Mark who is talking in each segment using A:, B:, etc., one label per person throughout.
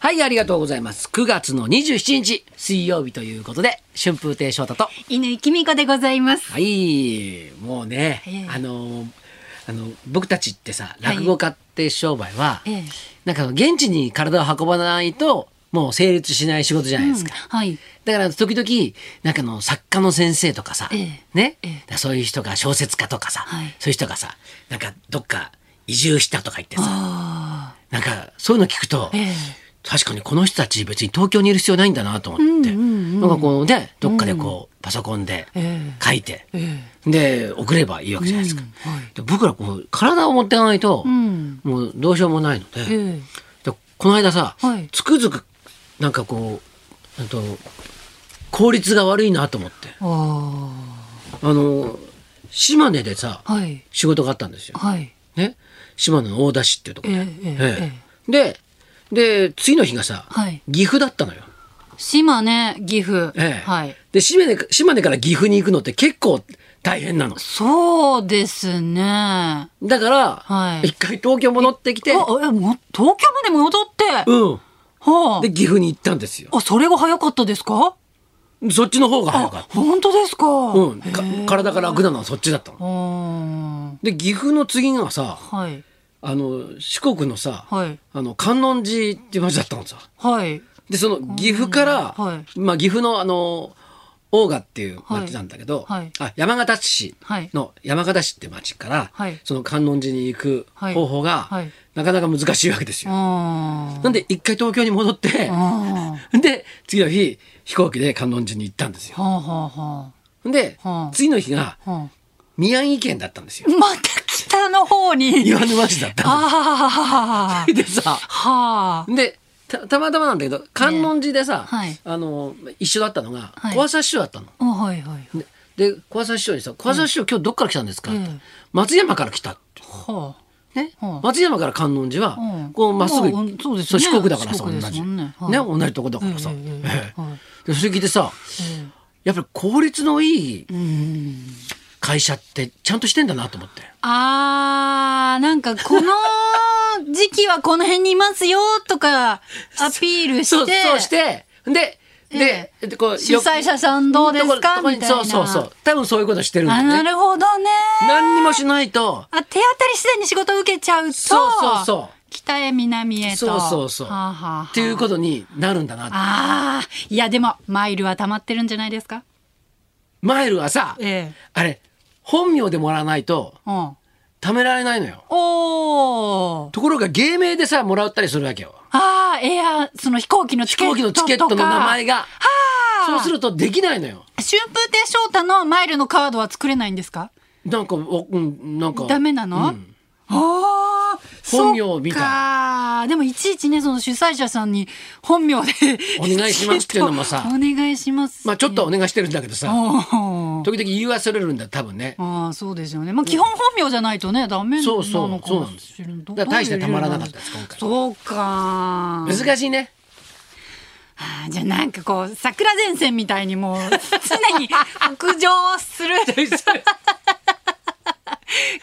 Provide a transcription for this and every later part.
A: はい、ありがとうございます。9月の27日、水曜日ということで、春風亭昇太と。
B: 犬井美子でございます。
A: はい、もうね、
B: ええ
A: あの、あの、僕たちってさ、落語家って商売は、
B: ええ
A: なんか現地に体を運ばないと、もう成立しない仕事じゃないですか。
B: はい。
A: だから時々なんかあの作家の先生とかさ、
B: え
A: ね、
B: ええ
A: だからそういう人が小説家とかさ、
B: はい
A: そういう人がさなんかどっか移住したとか言ってさ
B: ああ。
A: なんかそういうの聞くと、
B: ええ
A: 確かにこの人たち別に東京にいる必要ないんだなと思って、
B: うんうんうん
A: なんかこうねどっかでこう、パソコンで
B: え
A: 書いて、
B: え
A: で送ればいいわけじゃないですか。
B: うんはい
A: で僕らこう体を持っていかないと、
B: うん
A: もうどうしようもないので。
B: ええ
A: でこの間さ、
B: はい
A: つくづくなんかこうなんと効率が悪いなと思って
B: あ
A: あの島根でさ、
B: あ。はい。
A: 仕事があったんですよ、
B: はい。
A: ね、島根の大田市っていうところで、
B: ええええ
A: でで次の日がさ、
B: はい
A: 岐阜だったのよ、
B: 島根、岐阜。
A: ええ
B: はい。
A: で島根島根から岐阜に行くのって結構大変なの
B: そうですね。
A: だから、
B: はい
A: 一回東京戻ってきて、
B: あ、え、も、東京まで戻って。
A: うん、
B: は
A: で岐阜に行ったんですよ
B: あ。あ、それが早かったですか。
A: そっちの方が早かっ
B: あ、本当ですか。
A: た、うん、か
B: へえ
A: 体が楽なのはそっちだったの
B: ああ。
A: で岐阜の次がさ
B: はい。
A: あの四国のさ、
B: はい
A: あの観音寺っていう町だったのさ
B: はい。
A: でその岐阜から、
B: はい
A: まあ、岐阜のあの大賀っていう町なんだけど、
B: はいはい
A: あ山形市
B: はい
A: の山形市って町から、
B: はい
A: その観音寺に行く
B: はい
A: 方法が、
B: はい
A: なかなか難しいわけですよ。
B: ああ。
A: なんで一回東京に戻って
B: あ
A: で次の日飛行機で観音寺に行ったんですよ。
B: あ。はあ、はあ、は
A: で、
B: はあ
A: 次の日が
B: あ。はあ。
A: 宮城県だったんですよ。
B: また北の方に。
A: 岩沼市だったん
B: ああ。
A: です。でさ
B: はあ。
A: でたたまたまなんだけど観音寺でさ、
B: はい
A: あの一緒だったのが
B: はい
A: 小朝師匠だったの。
B: あはいはい。
A: ねで小朝師匠にさ「小朝師匠、今日どっから来たんですか?」って、
B: うん
A: 松山から来た」って。
B: はあ。
A: ね
B: うん
A: 松山から観音寺は、
B: うん
A: こうまっすぐ、
B: まあうんそうですね
A: 四国だからさ同
B: 四国です
A: じ、
B: もんね
A: ね
B: はい
A: 同じとこだからさ、
B: ええええ
A: ええ
B: はい
A: でそれ聞いてさ
B: え
A: やっぱり効率のいい
B: えうん。
A: 会社ってちゃんとしてんだなと思って、
B: あー、なんかこの時期はこの辺にいますよとかアピールして。
A: そうそうしてで、
B: え
A: ででこう
B: 主催者さんどうですか
A: とこに
B: みたいな
A: そうそうそう多分そういうことしてるんだ
B: あ、
A: よ
B: な
A: ね
B: るほどね。
A: 何にもしないと
B: あ、手当たり次第に仕事を受けちゃうと。
A: そうそうそう
B: 北へ南へと。
A: そうそうそう
B: はあはあはあ
A: っていうことになるんだなって
B: ああ、いやでも、マイルは溜まってるんじゃないですか
A: マイルはさ、
B: ええ。
A: あれ本名でもらわないと
B: うん。
A: 貯められないのよ
B: おー。
A: ところが芸名でさもらったりするわけよ
B: ああ、エア、その飛行機のチ
A: 飛
B: ケット
A: 行機のチケットの名前
B: が。
A: がそうするとできないのよ
B: 春風亭昇太のマイルのカードは作れないんですか
A: なんかおうんなんか
B: ダメなの、
A: うん
B: ああ、
A: 本名みたい
B: たい。でもいちいちね、その主催者さんに本名で
A: お願いしますっていうのもさ
B: チケット お願いします。
A: まあちょっとお願いしてるんだけどさ
B: あ
A: 時々言い忘れるんだ多分ね
B: あー、そうですよね。まあ基本本名じゃないとね、ダメな
A: そ
B: の
A: うそう
B: か
A: そうな
B: も
A: んです
B: しれない。
A: だから大してたまらなかったです今回
B: そうか。
A: 難しいね
B: あーじゃあなんかこう桜前線みたいにもう常に北上する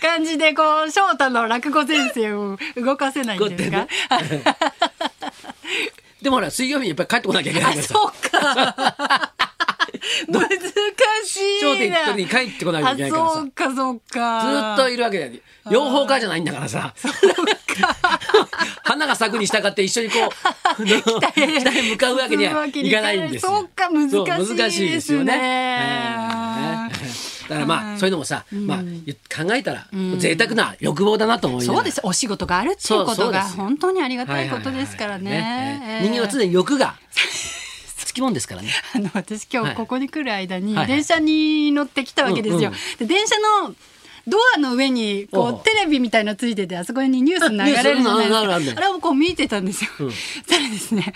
B: 感じでこう翔太の落語前線を動かせないんですか。
A: でもほら水曜日にやっぱり帰ってこなきゃいけな
B: あ
A: いからさ
B: そうか。難し
A: 頂点
B: い
A: 行く
B: な。
A: 時に帰ってこなきゃいけないから
B: あ
A: さ
B: そうかそう
A: ず
B: か。
A: っといるわけだよ。養蜂家じゃないんだからさ。花が咲くに従って一緒にこう、北へ北へ向かうわけにはいかないんですよ。
B: そうか難しいです
A: そ
B: ね
A: う難しいですよね。ええだからまあ、そういうのもさ、まあ、ゆ考えたら、贅沢な欲望だなと思いなが
B: そ
A: ら
B: うです。お仕事があるっていうこ
A: そうそ
B: と
A: うで
B: が
A: すよ
B: 本当にありがたいことですから
A: はいはいはい
B: ね
A: はい。
B: ええ
A: 人間は常に欲がつきもんですからね。
B: あの私今日ここに来る間に
A: はい
B: 電車に乗ってきたわけですよ。
A: うんうん
B: で電車のドアの上に
A: おう
B: こ
A: おう
B: うテレビみたいのついててあそこにニュース流れるじゃないです
A: あニュースうんあるあ
B: か
A: るある
B: あれをこう見てたんですよ。そしたらですね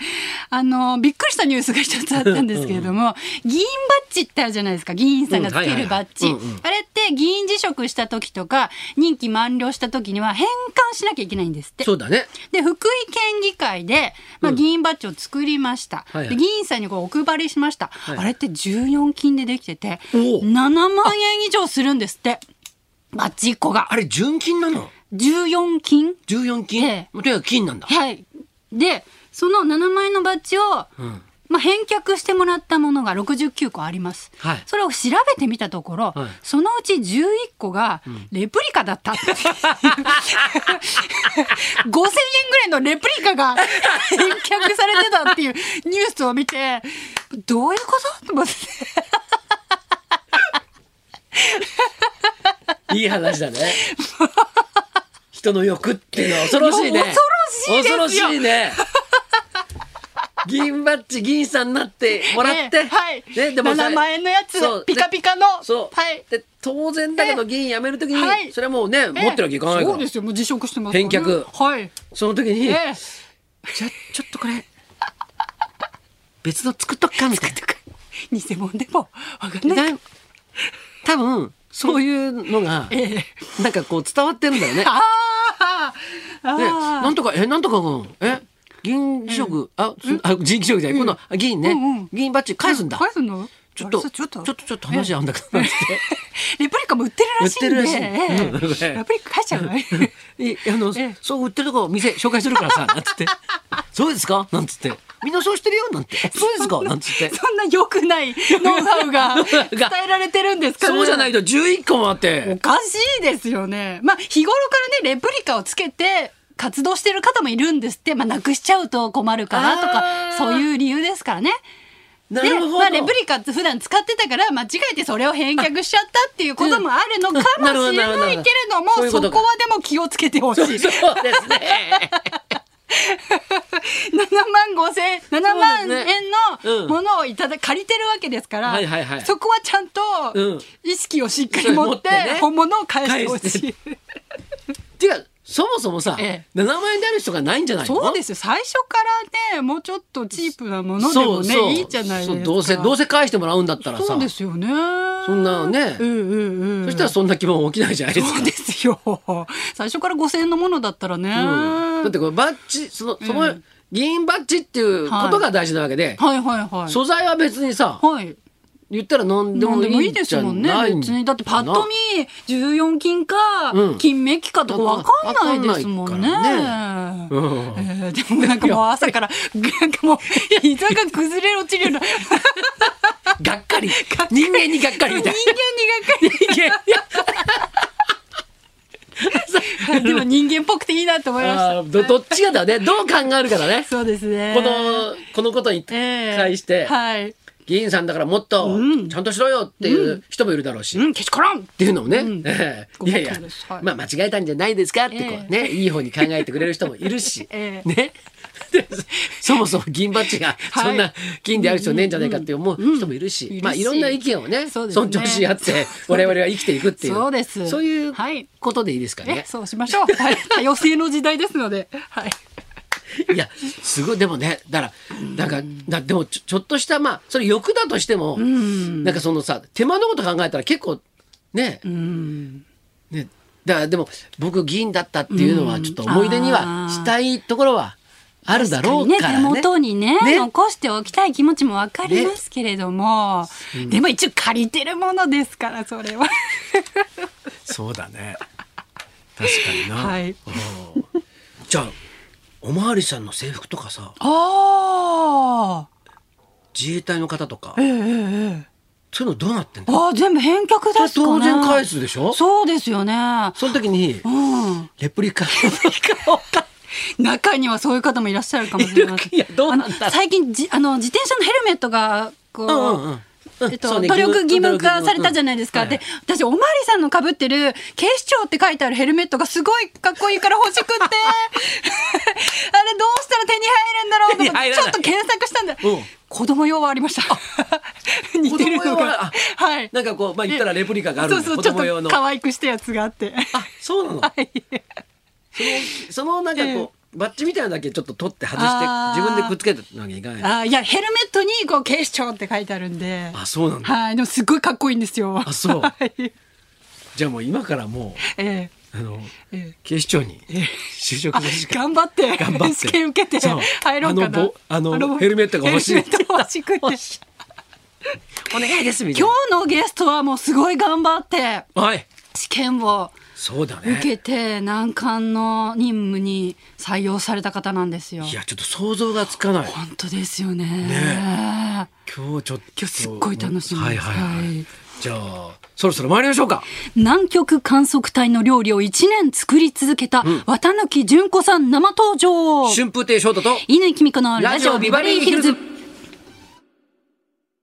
B: あのびっくりしたニュースが一つあったんですけれども議員バッジってあるじゃないですか議員さんがつけるバッ
A: う
B: ジ
A: んはいはいはいうんうん。
B: あれって議員辞職した時とか任期満了した時には返還しなきゃいけないん ですって。
A: そうだね。
B: で福井県議会で、まあ、議員バッジを作りました、
A: はいはい
B: で議員さんにこうお配りしました、
A: い
B: あれって14金でできてて
A: おお
B: 7万円以上するんですってバッジ1個が
A: あれ、純金なの
B: 14金
A: ?14 金
B: ええ
A: もうとにかく金なんだ。
B: はいでその7万円のバッジを、
A: ん
B: まあ、返却してもらったものが69個あります、
A: はい
B: それを調べてみたところ、
A: はい
B: そのうち11個がレプリカだ ったっていう、5000円ぐらいのレプリカが返却されてたっていうニュースを見てどういうことと思って
A: いい話 だね。人の欲っていうのは恐ろしいね。
B: 恐ろしいです
A: 恐
B: よ
A: ろしいね。銀バッジ銀さんになってもらって、
B: ねはい、
A: ねでもさ
B: 7万円のやつ
A: そう
B: ピカピカの
A: そう、
B: はい
A: で当然だけど
B: え
A: 議員辞めるとき
B: は
A: に
B: い
A: それはもうね持ってるわけいかない
B: ええ
A: か
B: そう
A: ら
B: ですよもう辞職してますからね
A: 返却
B: はい
A: その時に
B: え
A: じゃあ
B: え
A: ちょっとこれ別の作っとくかみたい
B: 偽物でもわかん
A: な
B: ない。
A: だ多分そういうのが
B: ええ、
A: なんかこう伝わってるんだよね
B: あああ
A: ねなんとかえなんとか君え議員辞職、あすあ議員辞職じゃない、今度あ議員ね、
B: うんうん
A: 議員バッジ返すんだ、
B: 返すの
A: ちょっと
B: あれ
A: ち
B: ち
A: ょ
B: ょっ
A: っ
B: と
A: とちょっと話合うんだけどなんつって
B: レプリカも売ってるらしいんで
A: 売ってるらしい
B: ええレプリカ返しちゃ うわ
A: いあの、
B: ええ
A: そう売ってるとこ店紹介するからさ、なんつ って。そうですかなんつって。みんなそうしてるよなんて。そうです かなんつって。
B: そんな良くないノウハウが
A: ノウハウ
B: 伝
A: が
B: えられてるんですから
A: そうじゃないと11個もあっ
B: お
A: て。
B: かしいですよねまあ日頃からねレプリカをつけて活動してる方もいるんですってまあなくしちゃうと困るからと
A: あ
B: か
A: ー
B: そういう理由ですからね
A: なるほど。
B: で、まあ、レプリカって普段使ってたから間違えてそれを返却しちゃったっていうこともあるのかも
A: なるほど
B: しれ
A: なるほど
B: ないけれども
A: そういうこ
B: そ
A: とか
B: こはでも気をつけてほしい。
A: そうそうですね。
B: 7万5千円7
A: そ
B: 万
A: うですね
B: 円
A: う
B: の
A: ん
B: ものをいただ借りてるわけですから、
A: はいはいはい
B: そこはちゃんと
A: うん
B: 意識をしっかり持って
A: それ持ってね
B: 本物を返してほ
A: 返
B: しい。
A: ていうか、そもそもさ、
B: え
A: 7万円である人がないんじゃないの
B: そうですよ最初からねもうちょっとチープなもので
A: そ
B: も
A: う
B: ね
A: そう
B: いいじゃないです
A: そう
B: か。
A: どうせ、どうせ返してもらうんだったらさ。
B: そうですよね。
A: そんなね
B: うんうんうん。
A: そしたらそんな気も起きないじゃないですか。
B: そうですよ。最初から5000円のものだったらね。
A: うんだってこれバッジ、その、その、議員バッジっていうことが大事なわけで、
B: はいはいはい。
A: 素材は別にさ、
B: はい。
A: 言ったら何で
B: なん
A: も
B: でもい
A: い
B: い
A: い
B: で
A: じ
B: す
A: ゃ
B: もんね
A: ない。
B: 別にだってパッと見14金か
A: うん
B: 金メッキかとかわかんないですもんね。
A: わかんなうん
B: えーでもなんかもう朝からなんかもう膝が崩れ落ちるような
A: がっかり人間にがっかりみた
B: 人間に
A: い
B: がっかりでも人間っぽくていいなと思いました。
A: あーどどっちがだねどう考えるかだね
B: そうですね。
A: このこのことに
B: えー
A: 対して
B: はい。
A: 議員さんだからもっと
B: うん
A: ちゃんとしろよっていう人もいるだろうし、
B: う
A: っ
B: ん、けしからん。
A: ていうのもね、ええ
B: ご
A: い
B: もっ
A: や
B: と
A: いや
B: もですはい
A: まあ間違えたんじゃないですかってこうね、いい方に考えてくれる人もいるし、
B: ええ
A: ねでそもそも銀バッジが
B: はい
A: そんな金である必要ねえんじゃないかって思う人もいるし、
B: うんうん
A: まあいろんな意見をね
B: そうですね
A: 尊重し合 って我々は生きていくっていう
B: そうです
A: そういう
B: はい
A: ことでいいですかね。
B: え、そうしましょう。はい。多様性の時代ですので。はい。
A: いやすごいでもねだからなんかだでもちょちょっとしたまあそれ欲だとしても、なんかそのさ手間のこと考えたら結構ね,、ねだからでも僕議員だったっていうのはちょっと思い出に
B: うんあ
A: は
B: ー
A: したいところはあるだろうからね。
B: ね手元にね
A: ね
B: 残しておきたい気持ちもわかりますけれども、でも一応借りてるものですからそれは
A: そうだね確かにな、
B: はい
A: じゃあおまわりさんの制服とかさ
B: ああ
A: 自衛隊の方とか
B: ええええ
A: そういうのどうなってんだ
B: ああ全部返却ですかね
A: それ当然返すでしょ
B: そうですよね
A: その時に
B: うん
A: レプリカ
B: 中にはそういう方もいらっしゃるかもしれません
A: いるいやどうなんだろう
B: あの最近じあの自転車のヘルメットがこう,、
A: うんうんうん
B: えっ
A: そ
B: と
A: うね
B: 努力義務化されたじゃないですか、
A: はいはい
B: で私おまわりさんのかぶってる「警視庁」って書いてあるヘルメットがすごいかっこいいから欲しくって あれどうしたら手に入るんだろうと
A: 手に入
B: 思
A: ら
B: って
A: ない
B: ちょっと検索したんだ、
A: うん
B: 子供用はありました 似てるの
A: 子供用は
B: が
A: あ
B: はい
A: なんかこうまあ言ったらレプリカがあるん
B: そ
A: だ
B: うそう
A: 子
B: ちょっ
A: 供用
B: と
A: の
B: 可愛くしたやつがあって
A: あそうなの
B: はい
A: そのそのなんかこうバッジみたいなのだけちょっと取って外して
B: あー
A: 自分でくっつけてなきゃいけない
B: あいやヘルメットにこう警視庁って書いてあるんで
A: あそうなんだ
B: はいでもすっごいかっこいいんですよ
A: あそう
B: はい
A: じゃあもう今からも
B: ええ
A: うあの
B: ええ
A: 警視庁に就職
B: あ
A: するしか
B: 頑張って
A: 頑張って
B: 試験受けて
A: そう
B: 入ろうかな
A: あのぼあのヘルメットが欲しい
B: ヘルメット欲しくて
A: お願いですみたい
B: 今
A: な
B: 日のゲストはもうすごい頑張って
A: はい
B: 試験を
A: そうだね
B: 受けて難関の任務に採用された方なんですよ。
A: いやちょっと想像がつかない
B: 本当ですよね。
A: 今日ちょっと
B: 今日すっごい楽しみで
A: は
B: す
A: いはいはい、
B: はい
A: じゃあそろそろ参りましょうか
B: 南極観測隊の料理を1年作り続けた綿貫純子さん生登場
A: 春風亭昇太と
B: 乾きみこのラジオビバリーヒルズ